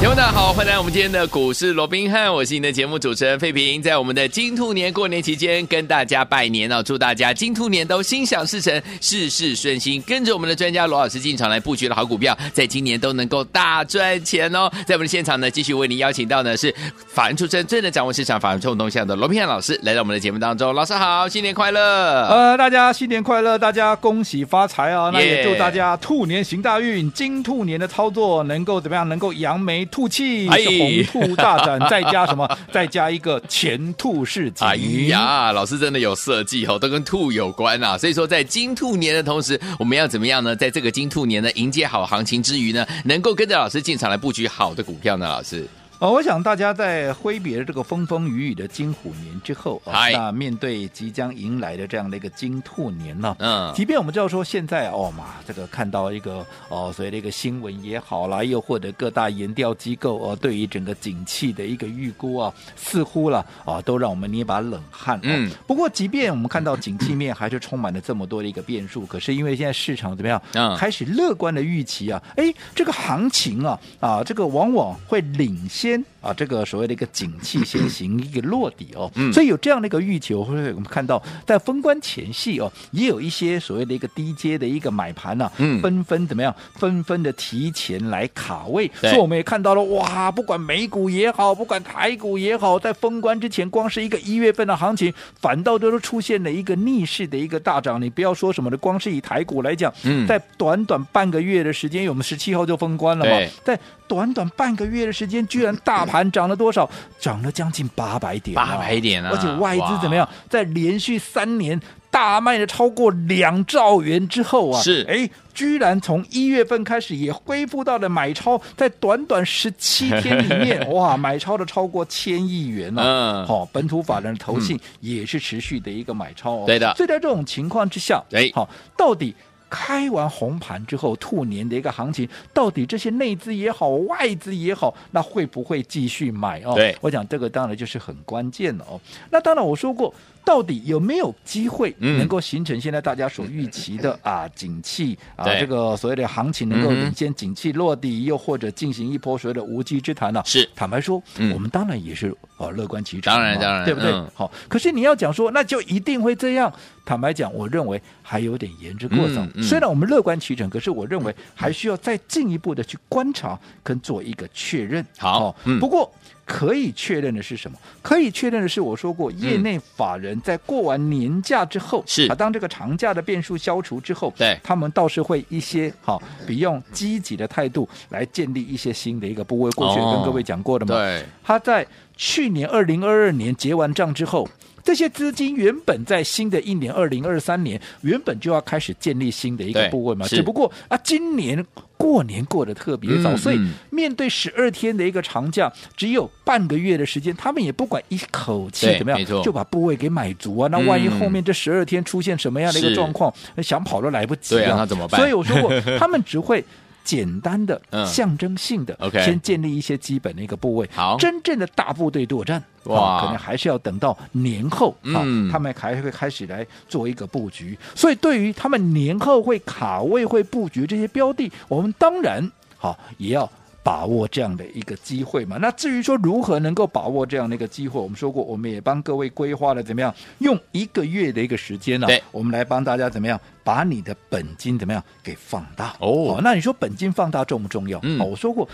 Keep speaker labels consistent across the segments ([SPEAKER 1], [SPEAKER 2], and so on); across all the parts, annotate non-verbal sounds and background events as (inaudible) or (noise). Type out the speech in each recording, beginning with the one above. [SPEAKER 1] 听众大家好，欢迎来我们今天的股市罗宾汉，我是你的节目主持人费平。在我们的金兔年过年期间，跟大家拜年哦，祝大家金兔年都心想事成，事事顺心。跟着我们的专家罗老师进场来布局的好股票，在今年都能够大赚钱哦。在我们的现场呢，继续为您邀请到呢是法人出身、最能掌握市场法人冲动向的罗宾汉老师，来到我们的节目当中。老师好，新年快乐！
[SPEAKER 2] 呃，大家新年快乐，大家恭喜发财啊！那也祝大家兔年行大运，金兔年的操作能够怎么样？能够扬眉吐气，
[SPEAKER 1] 哎
[SPEAKER 2] 是红兔大展，再加什么？ (laughs) 再加一个前兔似锦。
[SPEAKER 1] 哎呀，老师真的有设计哦，都跟兔有关啊。所以说，在金兔年的同时，我们要怎么样呢？在这个金兔年呢，迎接好行情之余呢，能够跟着老师进场来布局好的股票呢，老师。
[SPEAKER 2] 呃，我想大家在挥别这个风风雨雨的金虎年之后啊，
[SPEAKER 1] 嗨
[SPEAKER 2] 那面对即将迎来的这样的一个金兔年呢、
[SPEAKER 1] 嗯，
[SPEAKER 2] 即便我们知道说现在哦嘛，这个看到一个哦，所谓的一个新闻也好啦，又或者各大研调机构哦，对于整个景气的一个预估啊，似乎啦啊，都让我们捏把冷汗、哦。
[SPEAKER 1] 嗯，
[SPEAKER 2] 不过即便我们看到景气面还是充满了这么多的一个变数，可是因为现在市场怎么样，
[SPEAKER 1] 嗯
[SPEAKER 2] 开始乐观的预期啊，哎，这个行情啊啊，这个往往会领先啊，这个所谓的一个景气先行一个落底哦，
[SPEAKER 1] 嗯
[SPEAKER 2] 所以有这样的一个预期，我会我们看到在封关前夕哦，也有一些所谓的一个低阶的一个买盘啊，
[SPEAKER 1] 嗯
[SPEAKER 2] 纷纷怎么样，纷纷的提前来卡位，
[SPEAKER 1] 对
[SPEAKER 2] 所以我们也看到了哇，不管美股也好，不管台股也好，在封关之前，光是一个一月份的行情，反倒都是出现了一个逆势的一个大涨。你不要说什么的，光是以台股来讲，
[SPEAKER 1] 嗯
[SPEAKER 2] 在短短半个月的时间，因为我们十七号就封关了
[SPEAKER 1] 对
[SPEAKER 2] 嘛，在短短半个月的时间，居然大盘涨了多少？涨了将近八百点、
[SPEAKER 1] 八百。点啊，
[SPEAKER 2] 而且外资怎么样，在连续三年大卖了超过两兆元之后啊，
[SPEAKER 1] 是
[SPEAKER 2] 哎，居然从一月份开始也恢复到了买超，在短短十七天里
[SPEAKER 1] (laughs)
[SPEAKER 2] 面，哇，买超的超过千亿元了、
[SPEAKER 1] 嗯
[SPEAKER 2] 好、本土法人的投信也是持续的一个买超哦。
[SPEAKER 1] 对的
[SPEAKER 2] 所以在这种情况之下，
[SPEAKER 1] 哎
[SPEAKER 2] 好、到底。开完红盘之后，兔年的一个行情，到底这些内资也好，外资也好，那会不会继续买哦？
[SPEAKER 1] 对
[SPEAKER 2] 我讲这个当然就是很关键了哦。那当然我说过，到底有没有机会
[SPEAKER 1] 嗯
[SPEAKER 2] 能够形成现在大家所预期的啊景气啊
[SPEAKER 1] 对
[SPEAKER 2] 这个所谓的行情能够
[SPEAKER 1] 嗯哼
[SPEAKER 2] 领先景气落地，又或者进行一波所谓的无稽之谈呢、
[SPEAKER 1] 是
[SPEAKER 2] 坦白说，
[SPEAKER 1] 嗯
[SPEAKER 2] 我们当然也是哦乐观其成嘛，
[SPEAKER 1] 当然当然
[SPEAKER 2] 对不对？
[SPEAKER 1] 嗯
[SPEAKER 2] 好，可是你要讲说，那就一定会这样。坦白讲，我认为还有点言之过早。
[SPEAKER 1] 嗯嗯嗯
[SPEAKER 2] 虽然我们乐观其成，可是我认为还需要再进一步的去观察跟做一个确认。
[SPEAKER 1] 好嗯
[SPEAKER 2] 不过可以确认的是什么？可以确认的是，我说过，业内法人在过完年假之后，
[SPEAKER 1] 嗯是
[SPEAKER 2] 啊，当这个长假的变数消除之后，
[SPEAKER 1] 对
[SPEAKER 2] 他们倒是会一些好、比用积极的态度来建立一些新的一个部位。过去也
[SPEAKER 1] 哦
[SPEAKER 2] 跟各位讲过的嘛，
[SPEAKER 1] 对，
[SPEAKER 2] 他在去年二零二二年结完账之后。这些资金原本在新的一年二零二三年，原本就要开始建立新的一个
[SPEAKER 1] 对
[SPEAKER 2] 部位嘛，
[SPEAKER 1] 是
[SPEAKER 2] 只不过啊，今年过年过得特别早，
[SPEAKER 1] 嗯
[SPEAKER 2] 所以
[SPEAKER 1] 嗯
[SPEAKER 2] 面对十二天的一个长假，只有半个月的时间，他们也不管一口气
[SPEAKER 1] 对
[SPEAKER 2] 怎么样
[SPEAKER 1] 没错，
[SPEAKER 2] 就把部位给买足啊。那万一
[SPEAKER 1] 嗯
[SPEAKER 2] 后面这十二天出现什么样的一个
[SPEAKER 1] 是
[SPEAKER 2] 状况，想跑都来不及
[SPEAKER 1] 对啊
[SPEAKER 2] 啊，
[SPEAKER 1] 那怎么办
[SPEAKER 2] 所以我说过，
[SPEAKER 1] (laughs)
[SPEAKER 2] 他们只会。简单的、
[SPEAKER 1] 嗯
[SPEAKER 2] 象征性的
[SPEAKER 1] OK
[SPEAKER 2] 先建立一些基本的一个部位，
[SPEAKER 1] 好
[SPEAKER 2] 真正的大部队作战，
[SPEAKER 1] 哇
[SPEAKER 2] 啊可能还是要等到年后，
[SPEAKER 1] 嗯
[SPEAKER 2] 啊，他们还会开始来做一个布局。所以对于他们年后会卡位、会布局这些标的，我们当然好、也要。把握这样的一个机会嘛？那至于说如何能够把握这样的一个机会，我们说过，我们也帮各位规划了怎么样用一个月的一个时间呢、啊
[SPEAKER 1] 对
[SPEAKER 2] 我们来帮大家怎么样把你的本金怎么样给放大
[SPEAKER 1] 哦
[SPEAKER 2] 好那你说本金放大重不重要？哦
[SPEAKER 1] 嗯
[SPEAKER 2] 好我说过，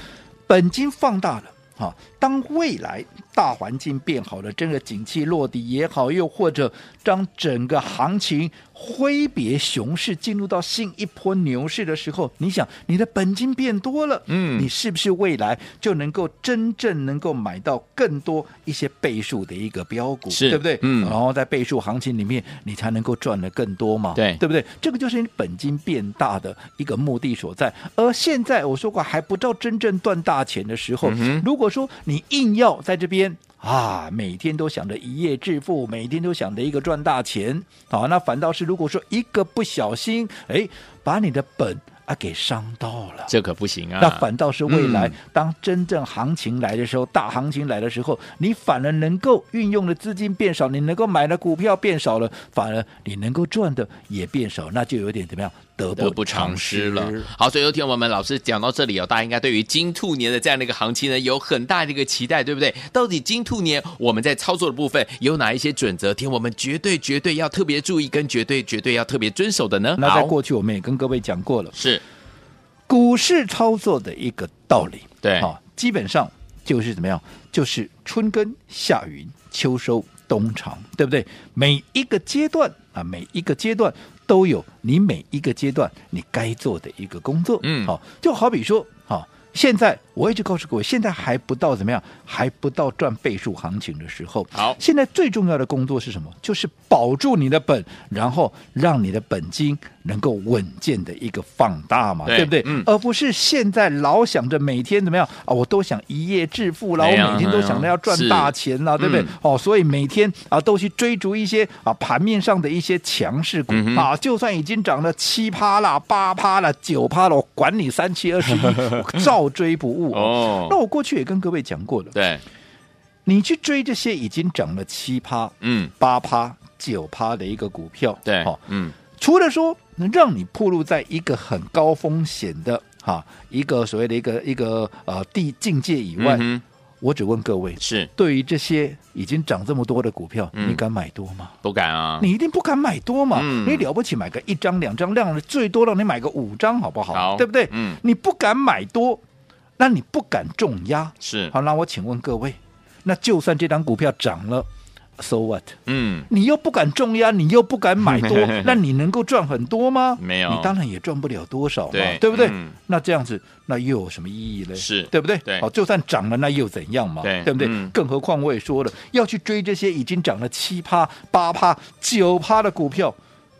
[SPEAKER 2] 本金放大了。啊，当未来大环境变好了，整个景气落地也好，又或者当整个行情挥别熊市，进入到新一波牛市的时候，你想你的本金变多了，
[SPEAKER 1] 嗯
[SPEAKER 2] 你是不是未来就能够真正能够买到更多一些倍数的一个标股，
[SPEAKER 1] 是
[SPEAKER 2] 对不对？
[SPEAKER 1] 嗯
[SPEAKER 2] 然后在倍数行情里面，你才能够赚得更多嘛，
[SPEAKER 1] 对
[SPEAKER 2] 对不对？这个就是你本金变大的一个目的所在。而现在我说过，还不到真正赚大钱的时候。
[SPEAKER 1] 嗯哼
[SPEAKER 2] 如果说你硬要在这边啊，每天都想着一夜致富，每天都想着一个赚大钱，好，那反倒是如果说一个不小心，哎，把你的本啊给伤到了。
[SPEAKER 1] 这可不行啊！
[SPEAKER 2] 那反倒是未来、
[SPEAKER 1] 嗯
[SPEAKER 2] 当真正行情来的时候，大行情来的时候，你反而能够运用的资金变少，你能够买的股票变少了，反而你能够赚的也变少，那就有点怎么样得
[SPEAKER 1] 得
[SPEAKER 2] 不
[SPEAKER 1] 不
[SPEAKER 2] 偿
[SPEAKER 1] 偿失
[SPEAKER 2] 失
[SPEAKER 1] 了。好，所以有听我们老师讲到这里哦，大家应该对于金兔年的这样的一个行情呢，有很大的一个期待，对不对？到底金兔年我们在操作的部分有哪一些准则，听我们绝对绝对要特别注意，跟绝对绝对要特别遵守的呢？
[SPEAKER 2] 那在
[SPEAKER 1] 好
[SPEAKER 2] 过去我们也跟各位讲过了，
[SPEAKER 1] 是
[SPEAKER 2] 股市操作的一个道理，
[SPEAKER 1] 对
[SPEAKER 2] 啊，基本上就是怎么样，就是春耕、夏耘、秋收、冬藏，对不对？每一个阶段啊，每一个阶段都有你每一个阶段你该做的一个工作，
[SPEAKER 1] 嗯
[SPEAKER 2] 好、就好比说，好、现在我一直告诉各位，现在还不到怎么样，还不到赚倍数行情的时候。
[SPEAKER 1] 好
[SPEAKER 2] 现在最重要的工作是什么？就是保住你的本，然后让你的本金能够稳健的一个放大嘛，
[SPEAKER 1] 对
[SPEAKER 2] 不啊对？
[SPEAKER 1] 嗯
[SPEAKER 2] 而不是现在老想着每天怎么样啊，我都想一夜致富啦，
[SPEAKER 1] 哎呀
[SPEAKER 2] 我每天都想着要赚
[SPEAKER 1] 哎呀
[SPEAKER 2] 大钱啦，对不对？
[SPEAKER 1] 嗯
[SPEAKER 2] 哦，所以每天啊都去追逐一些啊盘面上的一些强势股、
[SPEAKER 1] 嗯哼
[SPEAKER 2] 啊，就算已经涨了七趴啦、八趴啦、九趴了，我管你三七二
[SPEAKER 1] (laughs)
[SPEAKER 2] 十一，我照追不误
[SPEAKER 1] 哦
[SPEAKER 2] 那我过去也跟各位讲过了，
[SPEAKER 1] 对，
[SPEAKER 2] 你去追这些已经涨了七趴、
[SPEAKER 1] 嗯，
[SPEAKER 2] 八趴、九趴的一个股票，
[SPEAKER 1] 对，
[SPEAKER 2] 哦，
[SPEAKER 1] 嗯，
[SPEAKER 2] 除了说能让你暴露在一个很高风险的哈、一个所谓的一个一个呃地境界以外，
[SPEAKER 1] 嗯哼
[SPEAKER 2] 我只问各位，
[SPEAKER 1] 是
[SPEAKER 2] 对于这些已经涨这么多的股票，
[SPEAKER 1] 嗯
[SPEAKER 2] 你敢买多吗？
[SPEAKER 1] 不敢啊，
[SPEAKER 2] 你一定不敢买多嘛，
[SPEAKER 1] 嗯
[SPEAKER 2] 你了不起买个一张两张，让最多让你买个五张，好不好？
[SPEAKER 1] 好
[SPEAKER 2] 对不对？
[SPEAKER 1] 嗯
[SPEAKER 2] 你不敢买多，那你不敢重压。
[SPEAKER 1] 是，
[SPEAKER 2] 好，那我请问各位，那就算这张股票涨了，so what？
[SPEAKER 1] 嗯，，
[SPEAKER 2] 你又不敢重压，你又不敢买多
[SPEAKER 1] (laughs)
[SPEAKER 2] 那你能够赚很多吗？
[SPEAKER 1] 没有
[SPEAKER 2] 你当然也赚不了多少嘛，
[SPEAKER 1] 对
[SPEAKER 2] 不对、
[SPEAKER 1] 嗯
[SPEAKER 2] 那这样子，那又有什么意义嘞？
[SPEAKER 1] 是
[SPEAKER 2] 对不对？
[SPEAKER 1] 对
[SPEAKER 2] 好，就算涨了，那又怎样嘛？
[SPEAKER 1] 对
[SPEAKER 2] 不对、
[SPEAKER 1] 嗯
[SPEAKER 2] 更何况我也说了，要去追这些已经涨了七趴、八趴、九趴的股票，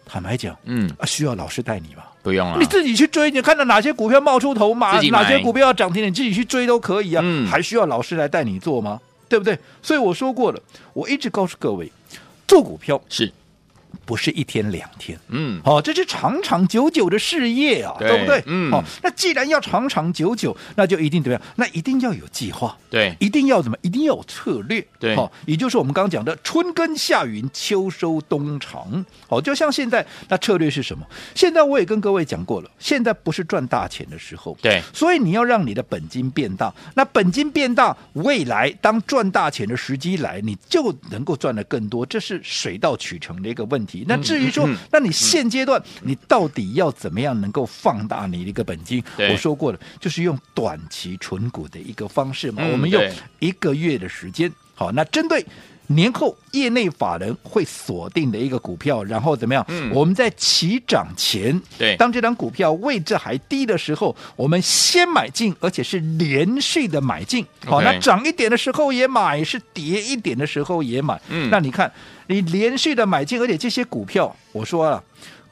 [SPEAKER 2] 坦白讲，
[SPEAKER 1] 嗯，
[SPEAKER 2] 啊，需要老师带你吗？
[SPEAKER 1] 不用了
[SPEAKER 2] 你，自己去追，你看到哪些股票冒出头马
[SPEAKER 1] 啊自己买
[SPEAKER 2] 哪些股票要涨停，你自己去追都可以啊，
[SPEAKER 1] 嗯
[SPEAKER 2] 还需要老师来带你做吗？对不对？所以我说过了，我一直告诉各位，做股票
[SPEAKER 1] 是，
[SPEAKER 2] 不是一天两天。
[SPEAKER 1] 嗯，
[SPEAKER 2] 哦，这是长长久久的事业啊，
[SPEAKER 1] 对
[SPEAKER 2] 对不对？
[SPEAKER 1] 嗯
[SPEAKER 2] 哦，那既然要长长久久，那就一定怎么样？那一定要有计划，
[SPEAKER 1] 对，
[SPEAKER 2] 一定要怎么？一定要有策略，
[SPEAKER 1] 对
[SPEAKER 2] 好、也就是我们刚刚讲的春耕夏耘，秋收冬藏。好，就像现在，那策略是什么？现在我也跟各位讲过了，现在不是赚大钱的时候，
[SPEAKER 1] 对
[SPEAKER 2] 所以你要让你的本金变大，那本金变大，未来当赚大钱的时机来，你就能够赚得更多，这是水到渠成的一个问题。那至于说，
[SPEAKER 1] 嗯嗯
[SPEAKER 2] 那你现阶段、你到底要怎么样能够放大你的一个本金？
[SPEAKER 1] 对
[SPEAKER 2] 我说过了，就是用短期存股的一个方式嘛，
[SPEAKER 1] 嗯
[SPEAKER 2] 我们用
[SPEAKER 1] 对
[SPEAKER 2] 一个月的时间。好，那针对年后业内法人会锁定的一个股票，然后怎么样？
[SPEAKER 1] 嗯
[SPEAKER 2] 我们在起涨前，
[SPEAKER 1] 对
[SPEAKER 2] 当这张股票位置还低的时候，我们先买进，而且是连续的买进。好，
[SPEAKER 1] OK
[SPEAKER 2] 那涨一点的时候也买，是跌一点的时候也买。
[SPEAKER 1] 嗯
[SPEAKER 2] 那你看，你连续的买进，而且这些股票，我说了。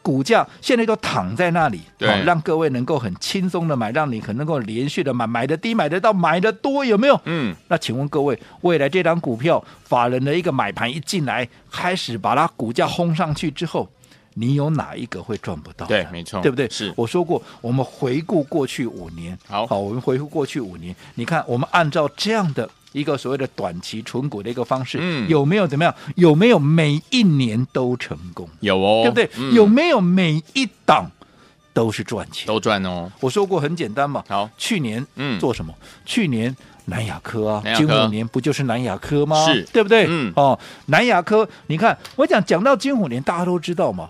[SPEAKER 2] 股价现在都躺在那里，
[SPEAKER 1] 对
[SPEAKER 2] 好让各位能够很轻松的买，让你可能够连续的买，买的低，买得到，买的多，有没有？
[SPEAKER 1] 嗯，
[SPEAKER 2] 那请问各位，未来这档股票法人的一个买盘一进来，开始把它股价轰上去之后，你有哪一个会赚不到的？
[SPEAKER 1] 对没错
[SPEAKER 2] 对不对？
[SPEAKER 1] 是
[SPEAKER 2] 我说过，我们回顾过去五年，
[SPEAKER 1] 好
[SPEAKER 2] 好，我们回顾过去五年，你看，我们按照这样的。一个所谓的短期存股的一个方式，
[SPEAKER 1] 嗯
[SPEAKER 2] 有没有怎么样？有没有每一年都成功？
[SPEAKER 1] 有哦，
[SPEAKER 2] 对不对？
[SPEAKER 1] 嗯
[SPEAKER 2] 有没有每一档都是赚钱？
[SPEAKER 1] 都赚哦，
[SPEAKER 2] 我说过很简单嘛。
[SPEAKER 1] 好
[SPEAKER 2] 去年
[SPEAKER 1] 嗯
[SPEAKER 2] 做什么？去年南亚科啊
[SPEAKER 1] 南，亚科
[SPEAKER 2] 金虎年不就是南亚科吗？
[SPEAKER 1] 是
[SPEAKER 2] 对不对？
[SPEAKER 1] 嗯
[SPEAKER 2] 哦，南亚科，你看我讲讲到金虎年，大家都知道嘛，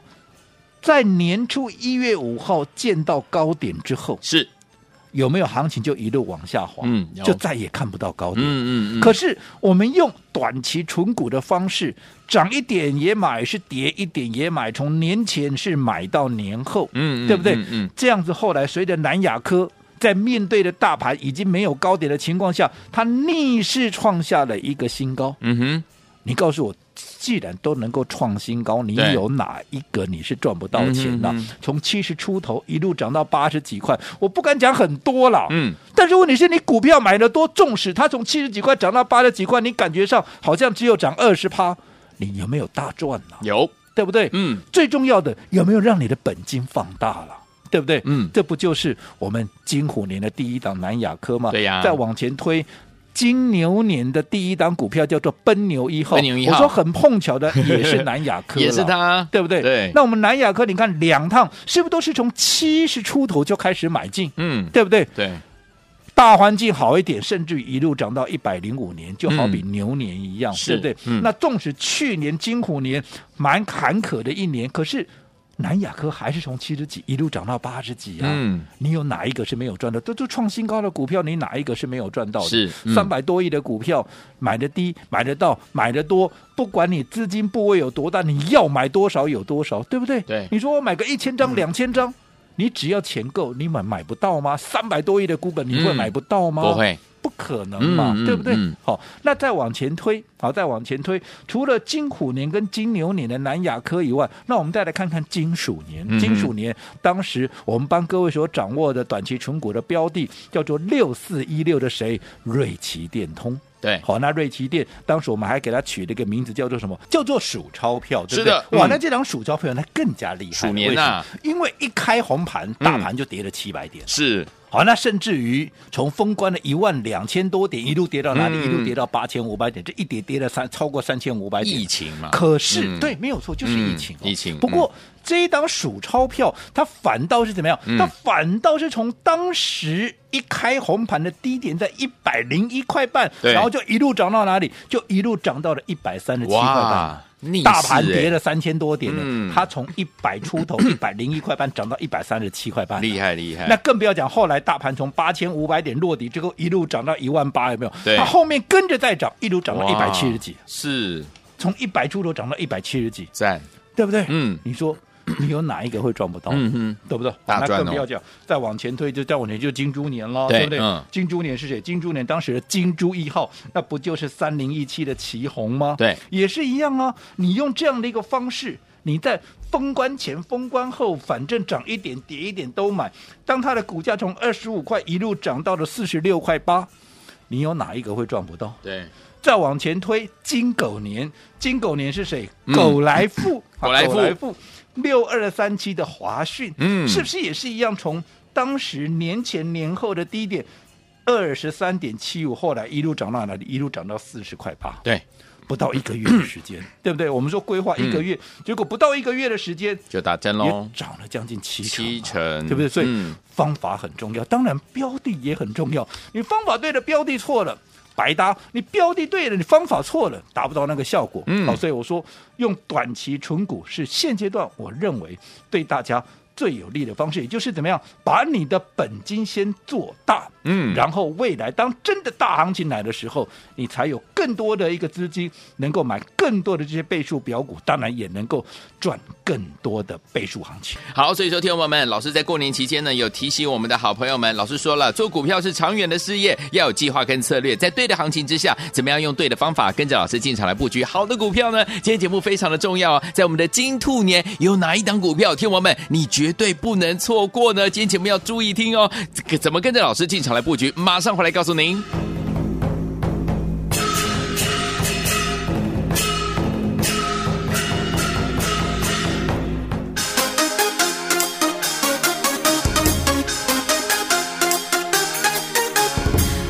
[SPEAKER 2] 在年初一月五号见到高点之后，
[SPEAKER 1] 是，
[SPEAKER 2] 有没有行情就一路往下滑？
[SPEAKER 1] 嗯有
[SPEAKER 2] 就再也看不到高点。
[SPEAKER 1] 嗯嗯嗯，
[SPEAKER 2] 可是我们用短期存股的方式，涨一点也买，是跌一点也买，从年前是买到年后，
[SPEAKER 1] 嗯嗯
[SPEAKER 2] 对不对？
[SPEAKER 1] 嗯嗯
[SPEAKER 2] 这样子后来随着南亚科。在面对的大盘已经没有高点的情况下，它逆势创下了一个新高。
[SPEAKER 1] 嗯哼，
[SPEAKER 2] 你告诉我，既然都能够创新高，你
[SPEAKER 1] 对
[SPEAKER 2] 有哪一个你是赚不到钱的？
[SPEAKER 1] 嗯哼哼
[SPEAKER 2] 从七十出头一路涨到八十几块，我不敢讲很多啦，
[SPEAKER 1] 嗯，
[SPEAKER 2] 但是问题是你股票买的多，纵使它从七十几块涨到八十几块，你感觉上好像只有涨二十趴，你有没有大赚呢、
[SPEAKER 1] 有，
[SPEAKER 2] 对不对？
[SPEAKER 1] 嗯，
[SPEAKER 2] 最重要的有没有让你的本金放大了？对不对？
[SPEAKER 1] 嗯
[SPEAKER 2] 这不就是我们金虎年的第一档南亚科吗？
[SPEAKER 1] 对呀
[SPEAKER 2] 再往前推，金牛年的第一档股票叫做奔牛一号。
[SPEAKER 1] 奔牛一号
[SPEAKER 2] 我说很碰巧的也是南亚科，
[SPEAKER 1] 嗯 (laughs) 也是，他，
[SPEAKER 2] 对不对？
[SPEAKER 1] 对，
[SPEAKER 2] 那我们南亚科，你看两趟是不是都是从七十出头就开始买进？
[SPEAKER 1] 嗯，
[SPEAKER 2] 对不对？
[SPEAKER 1] 对，
[SPEAKER 2] 大环境好一点，甚至一路涨到一百零五年，就好比牛年一样，
[SPEAKER 1] 是
[SPEAKER 2] 对不对？
[SPEAKER 1] 嗯
[SPEAKER 2] 那纵使去年金虎年蛮坎坷的一年，可是南亚科还是从七十几一路涨到八十几啊。
[SPEAKER 1] 嗯，
[SPEAKER 2] 你有哪一个是没有赚到？这都创新高的股票，你哪一个是没有赚到的？
[SPEAKER 1] 是嗯
[SPEAKER 2] 三百、多亿的股票，买的低，买得到，买得多，不管你资金部位有多大，你要买多少有多少，对不对？
[SPEAKER 1] 对嗯
[SPEAKER 2] 你说我买个一千张、两千张。你只要钱够，你买买不到吗？三百多亿的股本，你会
[SPEAKER 1] 嗯
[SPEAKER 2] 买不到吗？
[SPEAKER 1] 不，会，
[SPEAKER 2] 不可能嘛，
[SPEAKER 1] 嗯嗯
[SPEAKER 2] 对不对？
[SPEAKER 1] 嗯
[SPEAKER 2] 好，那再往前推，好，再往前推，除了金虎年跟金牛年的南亚科以外，那我们再来看看金鼠年。
[SPEAKER 1] 嗯哼
[SPEAKER 2] 金鼠年当时我们帮各位所掌握的短期存股的标的叫做六四一六的谁？瑞奇电通。
[SPEAKER 1] 对，
[SPEAKER 2] 好，那瑞奇电当时我们还给它取了一个名字，叫做什么？叫做数钞票，对不
[SPEAKER 1] 是
[SPEAKER 2] 对？
[SPEAKER 1] 的
[SPEAKER 2] 哇，
[SPEAKER 1] 嗯
[SPEAKER 2] 那这档数钞票那更加厉害
[SPEAKER 1] 鼠
[SPEAKER 2] 了，
[SPEAKER 1] 年啊嗯
[SPEAKER 2] 为什么
[SPEAKER 1] 呐
[SPEAKER 2] 因为一开红盘，大盘就跌了七百点。
[SPEAKER 1] 是，
[SPEAKER 2] 好，那甚至于从封关的一万两千多点一路跌到哪里？
[SPEAKER 1] 嗯
[SPEAKER 2] 一路跌到八千五百点，这一跌跌了三超过三千五百
[SPEAKER 1] 疫
[SPEAKER 2] 点。
[SPEAKER 1] 情嘛，
[SPEAKER 2] 可是、
[SPEAKER 1] 嗯
[SPEAKER 2] 对，没有错，就是疫情哦、
[SPEAKER 1] 嗯疫情
[SPEAKER 2] 不过、这一档数钞票，它反倒是怎么样？
[SPEAKER 1] 嗯
[SPEAKER 2] 它反倒是从当时一开红盘的低点在一百零一块半，
[SPEAKER 1] 对
[SPEAKER 2] 然后就一路涨到哪里？就一路涨到了一百三十七块半。，
[SPEAKER 1] 逆势
[SPEAKER 2] 大盘跌
[SPEAKER 1] 欸
[SPEAKER 2] 了三千多点呢，
[SPEAKER 1] 嗯
[SPEAKER 2] 它从一百
[SPEAKER 1] (coughs)
[SPEAKER 2] 出头一百零一块半涨到一百三十七块半，
[SPEAKER 1] 哎厉害厉害，
[SPEAKER 2] 那更不要讲后来大盘从八千五百点落底之后，一路涨到一万八，有没有？
[SPEAKER 1] 对
[SPEAKER 2] 它后面跟着再涨，一路涨到一百七十几
[SPEAKER 1] 哇，是
[SPEAKER 2] 从一百出头涨到一百七十几，
[SPEAKER 1] 赞，
[SPEAKER 2] 对不对？
[SPEAKER 1] 嗯
[SPEAKER 2] 你说你有哪一个会赚不到？
[SPEAKER 1] 嗯嗯，
[SPEAKER 2] 对不对？
[SPEAKER 1] 大
[SPEAKER 2] 那
[SPEAKER 1] 赚哦
[SPEAKER 2] 更不要讲，再往前推就再往前就金猪年了，
[SPEAKER 1] 对
[SPEAKER 2] 不对
[SPEAKER 1] 嗯？
[SPEAKER 2] 金猪年是谁？金猪年当时的金猪一号，那不就是三零一七的旗红吗？
[SPEAKER 1] 对
[SPEAKER 2] 也是一样啊。你用这样的一个方式，你在封关前、封关后，反正涨一点、跌一点都买。当它的股价从二十五块一路涨到了四十六块八，你有哪一个会赚不到？
[SPEAKER 1] 对，
[SPEAKER 2] 再往前推，金狗年，金狗年是谁？
[SPEAKER 1] 嗯
[SPEAKER 2] 狗来富，啊
[SPEAKER 1] (laughs) 狗来富
[SPEAKER 2] 六二三七的华讯，
[SPEAKER 1] 嗯
[SPEAKER 2] 是不是也是一样？从当时年前年后的低点二十三点七五，后来一路涨到哪里？一路涨到四十块八，
[SPEAKER 1] 对，
[SPEAKER 2] 不到一个月的时
[SPEAKER 1] (coughs)
[SPEAKER 2] 间，对不对？我们说规划一
[SPEAKER 1] 嗯
[SPEAKER 2] 个月，结果不到一个月的时间，
[SPEAKER 1] 就打针
[SPEAKER 2] 也
[SPEAKER 1] 喽，
[SPEAKER 2] 涨了将近七成啊、
[SPEAKER 1] 七成
[SPEAKER 2] 对不对？所以
[SPEAKER 1] 嗯
[SPEAKER 2] 方法很重要，当然标的也很重要。你方法对了，标的错了。白搭，你标的对了，你方法错了，达不到那个效果。
[SPEAKER 1] 嗯
[SPEAKER 2] 好，所以我说用短期存股是现阶段我认为对大家最有利的方式，也就是怎么样把你的本金先做大，
[SPEAKER 1] 嗯
[SPEAKER 2] 然后未来当真的大行情来的时候，你才有更多的一个资金能够买更多的这些倍数表股，当然也能够赚更多的倍数行情。
[SPEAKER 1] 好，所以说，听众朋友们，老师在过年期间呢，有提醒我们的好朋友们，老师说了，做股票是长远的事业，要有计划跟策略，在对的行情之下，怎么样用对的方法，跟着老师进场来布局好的股票呢？今天节目非常的重要啊，在我们的金兔年有哪一档股票，听众朋友们，你绝对不能错过呢？今天节目要注意听哦，这个怎么跟着老师进场来布局？马上回来告诉您。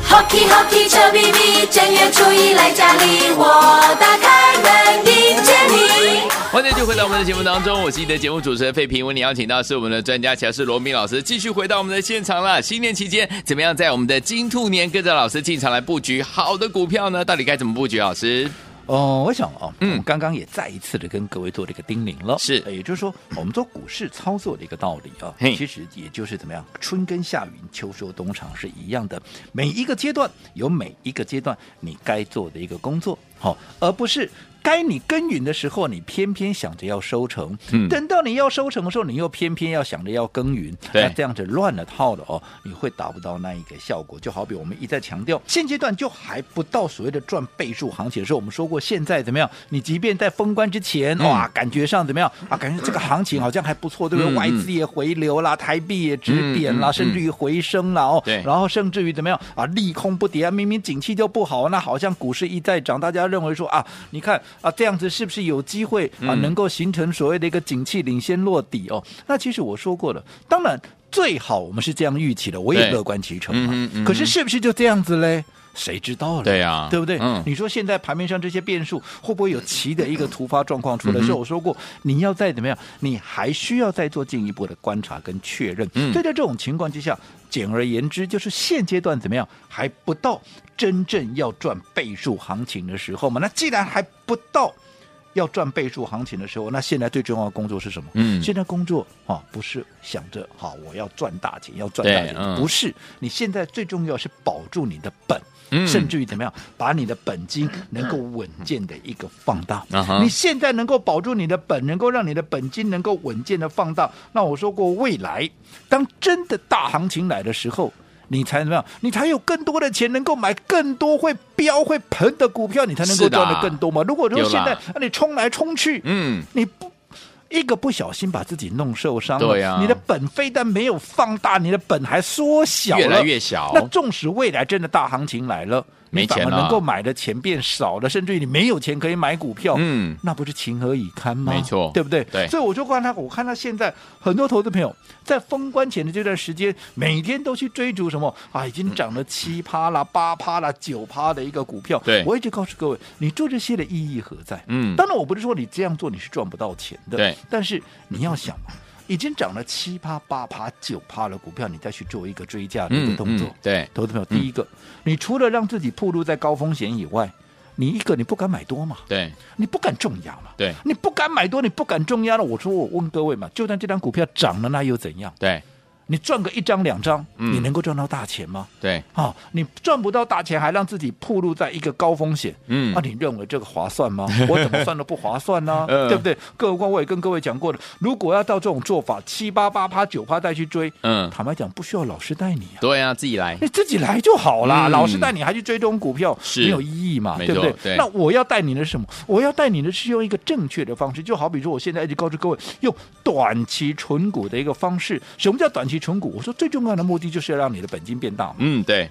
[SPEAKER 3] Hockey Hockey 臭咪咪，正月初一来家里，我打开门迎接你。
[SPEAKER 1] 欢迎继续回到我们的节目当中，我是你的节目主持人费平。为你邀请到是我们的专家乔氏罗明老师，继续回到我们的现场了。新年期间，怎么样在我们的金兔年跟着老师进场来布局好的股票呢？到底该怎么布局？老师，
[SPEAKER 2] 哦，我想哦，
[SPEAKER 1] 嗯
[SPEAKER 2] 我们刚刚也再一次的跟各位做了一个叮咛了，
[SPEAKER 1] 是
[SPEAKER 2] 呃也就是说，我们做股市操作的一个道理啊，
[SPEAKER 1] 嘿
[SPEAKER 2] 其实也就是怎么样，春耕夏耘，秋收冬藏是一样的，每一个阶段有每一个阶段你该做的一个工作，好、而不是该你耕耘的时候，你偏偏想着要收成；
[SPEAKER 1] 嗯
[SPEAKER 2] 等到你要收成的时候，你又偏偏要想着要耕耘。哎
[SPEAKER 1] 对
[SPEAKER 2] 那这样子乱了套了哦，你会达不到那一个效果。就好比我们一再强调，现阶段就还不到所谓的赚倍数行情的时候，我们说过，现在怎么样？你即便在封关之前，
[SPEAKER 1] 嗯
[SPEAKER 2] 哇，感觉上怎么样啊？感觉这个行情好像还不错，对不对？
[SPEAKER 1] 嗯嗯
[SPEAKER 2] 外资也回流啦，台币也
[SPEAKER 1] 嗯
[SPEAKER 2] 止贬啦，
[SPEAKER 1] 嗯
[SPEAKER 2] 甚至于回升啦哦。
[SPEAKER 1] 对
[SPEAKER 2] 然后甚至于怎么样啊？利空不跌啊，明明景气就不好，那好像股市一再涨，大家认为说啊，你看啊，这样子是不是有机会啊，
[SPEAKER 1] 嗯
[SPEAKER 2] 能够形成所谓的一个景气领先落底哦？那其实我说过了，当然最好我们是这样预期的，我也
[SPEAKER 1] 对
[SPEAKER 2] 乐观其成
[SPEAKER 1] 嗯哼嗯哼
[SPEAKER 2] 嘛。可是是不是就这样子嘞？谁知道了？
[SPEAKER 1] 对啊
[SPEAKER 2] 对不对？
[SPEAKER 1] 嗯
[SPEAKER 2] 你说现在盘面上这些变数会不会有奇的一个突发状况出
[SPEAKER 1] 嗯
[SPEAKER 2] 来？所以我说过，你要再怎么样，你还需要再做进一步的观察跟确认。
[SPEAKER 1] 嗯
[SPEAKER 2] 所以在这种情况之下，简而言之，就是现阶段怎么样还不到真正要赚倍数行情的时候嘛。那既然还不到。要赚倍数行情的时候，那现在最重要的工作是什么？
[SPEAKER 1] 嗯
[SPEAKER 2] 现在工作啊、不是想着好我要赚大钱，要赚
[SPEAKER 1] 对
[SPEAKER 2] 大钱，
[SPEAKER 1] 嗯
[SPEAKER 2] 不是。你现在最重要是保住你的本，
[SPEAKER 1] 嗯
[SPEAKER 2] 甚至于怎么样，把你的本金能够稳健的一个放大。
[SPEAKER 1] 啊哈
[SPEAKER 2] 你现在能够保住你的本，能够让你的本金能够稳健的放大。那我说过，未来当真的大行情来的时候。你才怎么样？你才有更多的钱能够买更多会飙会喷的股票，你才能
[SPEAKER 1] 是
[SPEAKER 2] 够
[SPEAKER 1] 的
[SPEAKER 2] 赚得更多嘛。如果说
[SPEAKER 1] 有啦
[SPEAKER 2] 现在啊你冲来冲去，
[SPEAKER 1] 嗯，
[SPEAKER 2] 你不一个不小心把自己弄受伤了，
[SPEAKER 1] 对啊
[SPEAKER 2] 你的本非但没有放大，你的本还缩小了，
[SPEAKER 1] 越来越小
[SPEAKER 2] 那纵使未来真的大行情来了，
[SPEAKER 1] 没
[SPEAKER 2] 你反
[SPEAKER 1] 钱
[SPEAKER 2] 而
[SPEAKER 1] 了
[SPEAKER 2] 能够买的钱变少了，甚至于你没有钱可以买股票，
[SPEAKER 1] 嗯
[SPEAKER 2] 那不是情何以堪吗？
[SPEAKER 1] 没错
[SPEAKER 2] 对不对？
[SPEAKER 1] 对
[SPEAKER 2] 所以我就观察，我看他现在很多投资朋友在封关前的这段时间，每天都去追逐什么啊，已经涨了七趴啦、八趴啦、九趴的一个股票。
[SPEAKER 1] 对
[SPEAKER 2] 我一直告诉各位，你做这些的意义何在？
[SPEAKER 1] 嗯
[SPEAKER 2] 当然我不是说你这样做你是赚不到钱的，
[SPEAKER 1] 对
[SPEAKER 2] 但是你要想嘛。已经涨了七趴、八趴、九趴的股票，你再去做一个追加的一个动作，
[SPEAKER 1] 嗯对，
[SPEAKER 2] 投资朋友，第一个，你除了让自己暴露在高风险以外，你一个你不敢买多嘛，
[SPEAKER 1] 对，
[SPEAKER 2] 你不敢重压嘛，
[SPEAKER 1] 对，
[SPEAKER 2] 你不敢买多，你不敢重压了。我说我问各位嘛，就算这张股票涨了，那又怎样？
[SPEAKER 1] 对，
[SPEAKER 2] 你赚个一张两张，
[SPEAKER 1] 嗯
[SPEAKER 2] 你能够赚到大钱吗？
[SPEAKER 1] 对，
[SPEAKER 2] 啊、你赚不到大钱，还让自己暴露在一个高风险，啊
[SPEAKER 1] 嗯
[SPEAKER 2] 那、你认为这个划
[SPEAKER 1] (laughs)
[SPEAKER 2] 算吗？我怎么算都不划算呢、
[SPEAKER 1] 嗯
[SPEAKER 2] 对不对？更何况我也跟各位讲过了，如果要到这种做法，七八八趴九趴再去追，
[SPEAKER 1] 嗯，
[SPEAKER 2] 坦白讲，不需要老师带你啊。
[SPEAKER 1] 对啊，自己来，
[SPEAKER 2] 你自己来就好啦，
[SPEAKER 1] 嗯
[SPEAKER 2] 老师带你还去追踪股票，
[SPEAKER 1] 是
[SPEAKER 2] 没有意义嘛，
[SPEAKER 1] 没
[SPEAKER 2] 对不对
[SPEAKER 1] 错对
[SPEAKER 2] 那我要带你的是什么？我要带你的是用一个正确的方式，就好比说我现在一直告诉各位，用短期存股的一个方式。什么叫短期存股？我说最重要的目的就是要让你的本金变大嘛，
[SPEAKER 1] 嗯，对，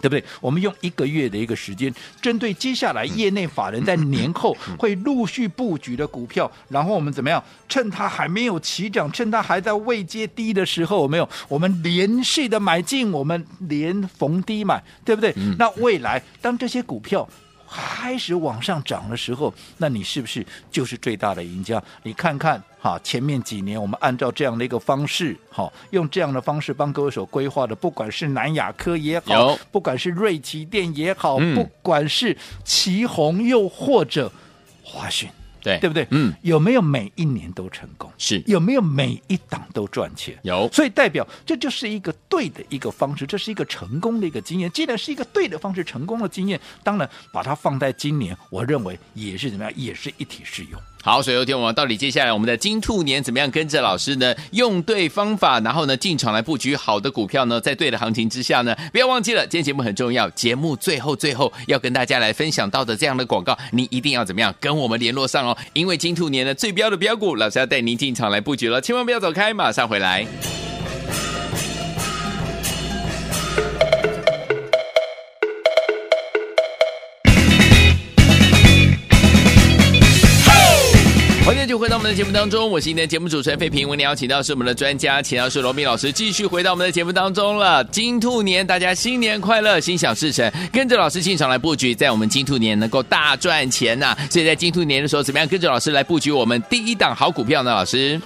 [SPEAKER 2] 对不对？我们用一个月的一个时间，针对接下来业内法人在年后会陆续布局的股票，然后我们怎么样？趁它还没有起涨，趁它还在未接低的时候，有没有？我们连续的买进，我们连逢低买，对不对？那未来当这些股票。开始往上涨的时候，那你是不是就是最大的赢家？你看看哈，前面几年我们按照这样的一个方式，好，用这样的方式帮各位所规划的，不管是南亚科也好
[SPEAKER 1] 有，
[SPEAKER 2] 不管是瑞奇电也好，
[SPEAKER 1] 嗯
[SPEAKER 2] 不管是旗宏，又或者华讯，
[SPEAKER 1] 对，
[SPEAKER 2] 对不对？
[SPEAKER 1] 嗯，，
[SPEAKER 2] 有没有每一年都成功？
[SPEAKER 1] 是
[SPEAKER 2] 有没有每一档都赚钱？
[SPEAKER 1] 有
[SPEAKER 2] 所以代表这就是一个对的一个方式，这是一个成功的一个经验。既然是一个对的方式，成功的经验，当然把它放在今年，我认为也是怎么样，也是一体适用。
[SPEAKER 1] 好，所以有天我们到底接下来我们的金兔年怎么样跟着老师呢？用对方法，然后呢进场来布局好的股票呢，在对的行情之下呢，不要忘记了，今天节目很重要，节目最后最后要跟大家来分享到的这样的广告，你一定要怎么样跟我们联络上哦，因为金兔年呢最标的标股，老师要带您进场来布局了，千万不要走开，马上回来。欢迎就回到我们的节目当中，我是今天的节目主持人费平。为您邀请到是我们的专家，请到是罗斌老师，继续回到我们的节目当中了。金兔年，大家新年快乐，心想事成，跟着老师进场来布局，在我们金兔年能够大赚钱呐、所以在金兔年的时候，怎么样跟着老师来布局我们第一档好股票呢？老师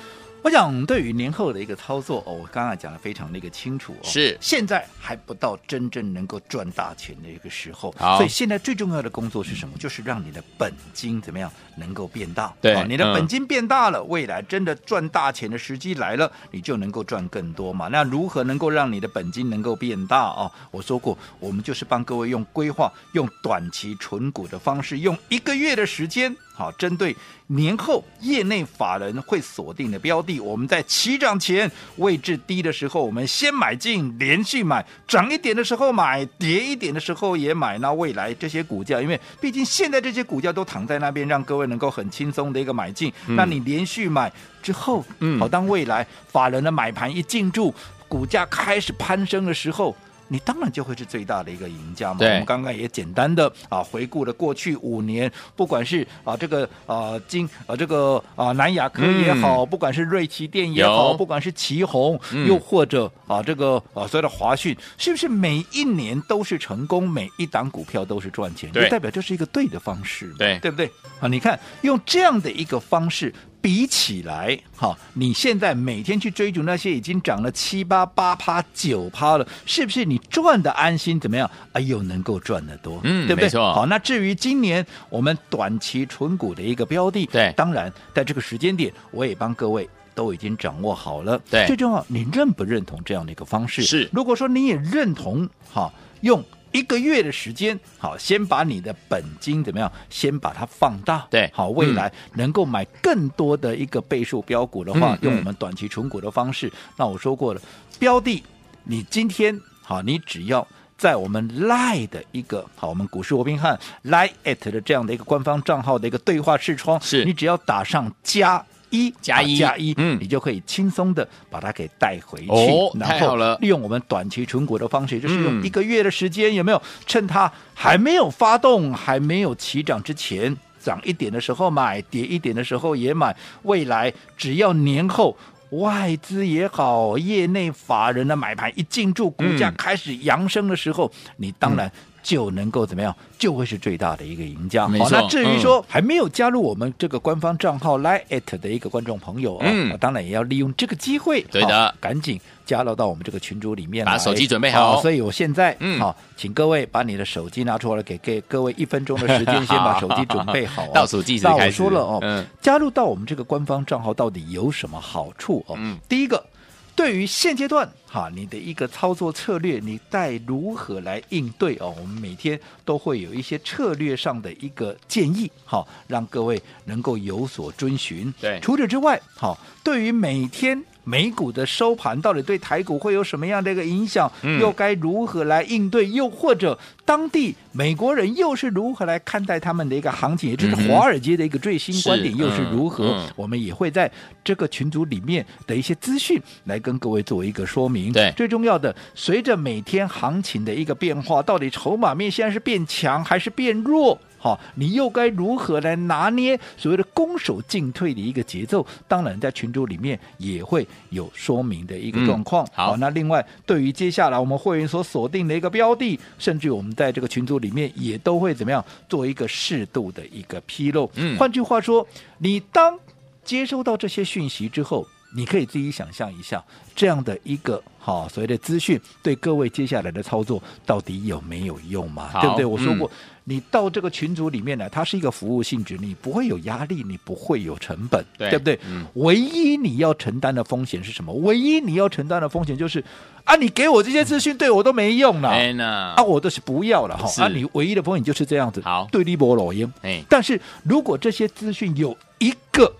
[SPEAKER 2] 我想对于年后的一个操作哦，我刚才讲的非常的一个清楚哦，
[SPEAKER 1] 是
[SPEAKER 2] 现在还不到真正能够赚大钱的一个时候，
[SPEAKER 1] 好
[SPEAKER 2] 所以现在最重要的工作是什么？就是让你的本金怎么样能够变大，
[SPEAKER 1] 对
[SPEAKER 2] 好你的
[SPEAKER 1] 嗯
[SPEAKER 2] 本金变大了，未来真的赚大钱的时机来了，你就能够赚更多嘛。那如何能够让你的本金能够变大哦？我说过，我们就是帮各位用规划、用短期存股的方式，用一个月的时间。好，针对年后业内法人会锁定的标的，我们在起涨前位置低的时候，我们先买进，连续买，涨一点的时候买，跌一点的时候也买。那未来这些股价，因为毕竟现在这些股价都躺在那边，让各位能够很轻松的一个买进。那你连续买之后，
[SPEAKER 1] 嗯
[SPEAKER 2] 好，当未来法人的买盘一进驻，股价开始攀升的时候。你当然就会是最大的一个赢家嘛。
[SPEAKER 1] 对
[SPEAKER 2] 我们刚刚也简单的啊回顾了过去五年，不管是啊这个啊金啊这个啊南亚科也好，不管是瑞奇电也好，
[SPEAKER 1] 有
[SPEAKER 2] 不管是旗宏，
[SPEAKER 1] 嗯
[SPEAKER 2] 又或者啊这个啊所谓的华讯，是不是每一年都是成功，每一档股票都是赚钱？
[SPEAKER 1] 对
[SPEAKER 2] 就代表这是一个对的方式嘛，
[SPEAKER 1] 对
[SPEAKER 2] 对不对？啊，你看用这样的一个方式。比起来，哈，你现在每天去追逐那些已经涨了七八八趴、九趴了，是不是你赚的安心？怎么样？哎呦，能够赚得多，
[SPEAKER 1] 嗯
[SPEAKER 2] 对不对
[SPEAKER 1] 没？错
[SPEAKER 2] 好，那至于今年我们短期纯股的一个标的，
[SPEAKER 1] 对
[SPEAKER 2] 当然在这个时间点，我也帮各位。都已经掌握好了，
[SPEAKER 1] 对
[SPEAKER 2] 最重要你认不认同这样的一个方式？
[SPEAKER 1] 是
[SPEAKER 2] 如果说你也认同，哈，用一个月的时间，好，先把你的本金怎么样，先把它放大，
[SPEAKER 1] 对
[SPEAKER 2] 好，未
[SPEAKER 1] 嗯
[SPEAKER 2] 来能够买更多的一个倍数标股的话，
[SPEAKER 1] 嗯
[SPEAKER 2] 用
[SPEAKER 1] 嗯
[SPEAKER 2] 我们短期存股的方式，那我说过了，标的你今天好，你只要。在我们 Line 的一个好，我们股市罗宾汉 Line at 的这样的一个官方账号的一个对话视窗，
[SPEAKER 1] 是
[SPEAKER 2] 你只要打上加一
[SPEAKER 1] 加
[SPEAKER 2] 啊
[SPEAKER 1] 一
[SPEAKER 2] 加一，
[SPEAKER 1] 嗯
[SPEAKER 2] 你就可以轻松的把它给带回去，
[SPEAKER 1] 哦
[SPEAKER 2] 然
[SPEAKER 1] 太好
[SPEAKER 2] 后
[SPEAKER 1] 了
[SPEAKER 2] 利用我们短期存股的方式，也就是用
[SPEAKER 1] 嗯
[SPEAKER 2] 一个月的时间，有没有趁它还没有发动、还没有起涨之前，涨一点的时候买，跌一点的时候也买。未来只要年后。外资也好，业内法人的买盘一进驻，股价
[SPEAKER 1] 嗯
[SPEAKER 2] 开始扬升的时候，你当然就能够怎么样，就会是最大的一个赢家。
[SPEAKER 1] 没
[SPEAKER 2] 好，那
[SPEAKER 1] 错嗯
[SPEAKER 2] 至于说还没有加入我们这个官方账号 Line at 的一个观众朋友啊，
[SPEAKER 1] 嗯
[SPEAKER 2] 我当然也要利用这个机会，
[SPEAKER 1] 对的
[SPEAKER 2] 好赶紧加入到我们这个群组里面来，
[SPEAKER 1] 把手机准备好
[SPEAKER 2] 所以我现在，
[SPEAKER 1] 嗯
[SPEAKER 2] 好，请各位把你的手机拿出来，给给各位一分钟的时间，
[SPEAKER 1] (laughs)。
[SPEAKER 2] 先把手机准备好、啊
[SPEAKER 1] 倒数计时
[SPEAKER 2] 那
[SPEAKER 1] 开始
[SPEAKER 2] 我说了哦，
[SPEAKER 1] 嗯
[SPEAKER 2] 加入到我们这个官方账号到底有什么好处哦？
[SPEAKER 1] 嗯
[SPEAKER 2] 第一个。对于现阶段哈，你的一个操作策略，你该如何来应对哦？我们每天都会有一些策略上的一个建议，好，让各位能够有所遵循。
[SPEAKER 1] 对
[SPEAKER 2] 除此之外，好，对于每天美股的收盘到底对台股会有什么样的一个影响，
[SPEAKER 1] 嗯
[SPEAKER 2] 又该如何来应对，又或者当地美国人又是如何来看待他们的一个行情，也就是
[SPEAKER 1] 嗯哼
[SPEAKER 2] 华尔街的一个最新观点
[SPEAKER 1] 是
[SPEAKER 2] 又是
[SPEAKER 1] 嗯
[SPEAKER 2] 如何，
[SPEAKER 1] 嗯
[SPEAKER 2] 我们也会在这个群组里面的一些资讯来跟各位做一个说明。
[SPEAKER 1] 对
[SPEAKER 2] 最重要的，随着每天行情的一个变化，到底筹码面现在是变强还是变弱？好，你又该如何来拿捏所谓的攻守进退的一个节奏？当然，在群组里面也会有说明的一个
[SPEAKER 1] 嗯
[SPEAKER 2] 状况。
[SPEAKER 1] 好
[SPEAKER 2] 那另外对于接下来我们会员所锁定的一个标的，甚至我们在这个群组里面也都会怎么样做一个适度的一个披露。
[SPEAKER 1] 嗯
[SPEAKER 2] 换句话说，你当接收到这些讯息之后，你可以自己想象一下这样的一个好、所谓的资讯，对各位接下来的操作到底有没有用嘛？
[SPEAKER 1] 好
[SPEAKER 2] 对不对？我说
[SPEAKER 1] 嗯
[SPEAKER 2] 过，你到这个群组里面来，它是一个服务性质，你不会有压力，你不会有成本，
[SPEAKER 1] 对
[SPEAKER 2] 不对？
[SPEAKER 1] 嗯
[SPEAKER 2] 唯一你要承担的风险是什么？唯一你要承担的风险就是啊，你给我这些资讯对我都没用了。
[SPEAKER 1] 哎呐
[SPEAKER 2] 啊，，我都是不要了
[SPEAKER 1] 是
[SPEAKER 2] 哈。啊，你唯一的风险就是这样子，
[SPEAKER 1] 好
[SPEAKER 2] 对立波罗烟。
[SPEAKER 1] 哎，
[SPEAKER 2] 但是如果这些资讯有一个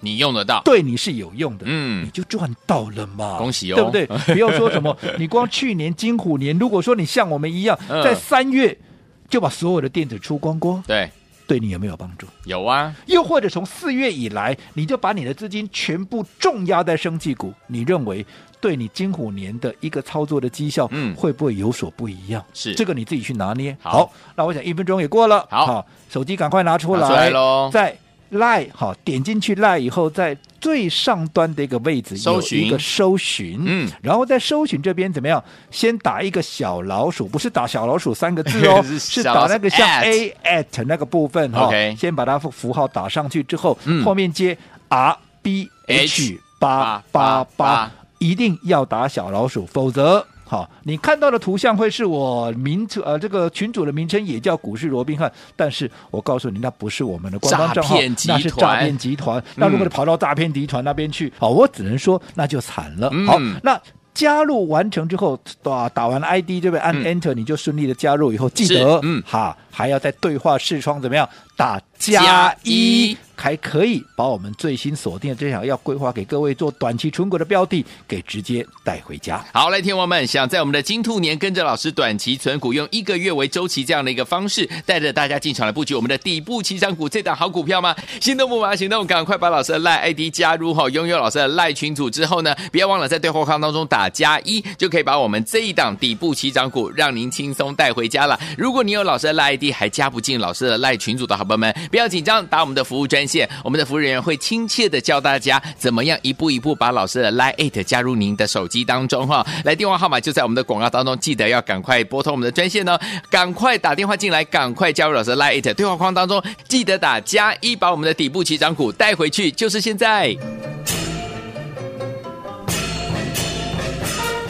[SPEAKER 1] 你用得到，
[SPEAKER 2] 对你是有用的，你
[SPEAKER 1] 嗯，
[SPEAKER 2] 就赚到了嘛！
[SPEAKER 1] 恭喜哦
[SPEAKER 2] 对不对？
[SPEAKER 1] (laughs)
[SPEAKER 2] 不要说什么，你光去年金虎年，如果说你像我们一样，
[SPEAKER 1] 嗯
[SPEAKER 2] 在三月就把所有的电子出光光，
[SPEAKER 1] 对，
[SPEAKER 2] 对你有没有帮助？
[SPEAKER 1] 有啊，
[SPEAKER 2] 又或者从四月以来，你就把你的资金全部重压在生技股，你认为对你金虎年的一个操作的绩效，
[SPEAKER 1] 嗯
[SPEAKER 2] 会不会有所不一样？
[SPEAKER 1] 是
[SPEAKER 2] 这个你自己去拿捏。
[SPEAKER 1] 好
[SPEAKER 2] 那我想一分钟也过了，
[SPEAKER 1] 好
[SPEAKER 2] 手机赶快拿出来，
[SPEAKER 1] 拿出来咯
[SPEAKER 2] 在 Line 好点进去 Line 以后，在最上端的一个位置
[SPEAKER 1] 搜
[SPEAKER 2] 有
[SPEAKER 1] 寻
[SPEAKER 2] 一个搜寻，
[SPEAKER 1] 嗯，，
[SPEAKER 2] 然后在搜寻这边怎么样？先打一个小老鼠，不是打小老鼠三个字哦
[SPEAKER 1] (laughs) 是
[SPEAKER 2] 是
[SPEAKER 1] 小老
[SPEAKER 2] 打
[SPEAKER 1] 鼠
[SPEAKER 2] 那个像
[SPEAKER 1] at
[SPEAKER 2] A at 那个部分哦哈、
[SPEAKER 1] OK
[SPEAKER 2] 先把它符号打上去之后，
[SPEAKER 1] 嗯
[SPEAKER 2] 后面接 R B
[SPEAKER 1] H
[SPEAKER 2] H 八八八，一定要打小老鼠，否则。好，你看到的图像会是我名称，呃，这个群主的名称也叫股市罗宾汉，但是我告诉你，那不是我们的官方账号
[SPEAKER 1] 诈骗，集
[SPEAKER 2] 那是
[SPEAKER 1] 团嗯
[SPEAKER 2] 诈骗集团。那如果你跑到诈骗集团那边去，好，我只能说那就惨了。
[SPEAKER 1] 嗯
[SPEAKER 2] 好，那加入完成之后，打打完 ID 对不对？按
[SPEAKER 1] 嗯
[SPEAKER 2] Enter 你就顺利的加入以后，记
[SPEAKER 1] 是
[SPEAKER 2] 得，
[SPEAKER 1] 嗯
[SPEAKER 2] 哈，还要在对话视窗怎么样打
[SPEAKER 1] 加
[SPEAKER 2] 加
[SPEAKER 1] 一
[SPEAKER 2] 一。还可以把我们最新锁定的这场要规划给各位做短期存股的标的，给直接带回家。
[SPEAKER 1] 好，来，天王们，想在我们的金兔年跟着老师短期存股，用一个月为周期这样的一个方式，带着大家进场来布局我们的底部起涨股这档好股票吗？心动不马行动，赶快把老师的赖 ID 加入哈，拥有老师的赖群组之后呢，不要忘了在对话框当中打加一，就可以把我们这一档底部起涨股让您轻松带回家了。如果你有老师的赖 ID 还加不进老师的赖群组的好朋友们，不要紧张，打我们的服务专线，我们的服务人员会亲切的教大家怎么样一步一步把老师的 Line It 加入您的手机当中哈。来，电话号码就在我们的广告当中，记得要赶快拨通我们的专线哦，赶快打电话进来，赶快加入老师的 Line It 对话框当中，记得打加一，把我们的底部起涨股带回去，就是现在。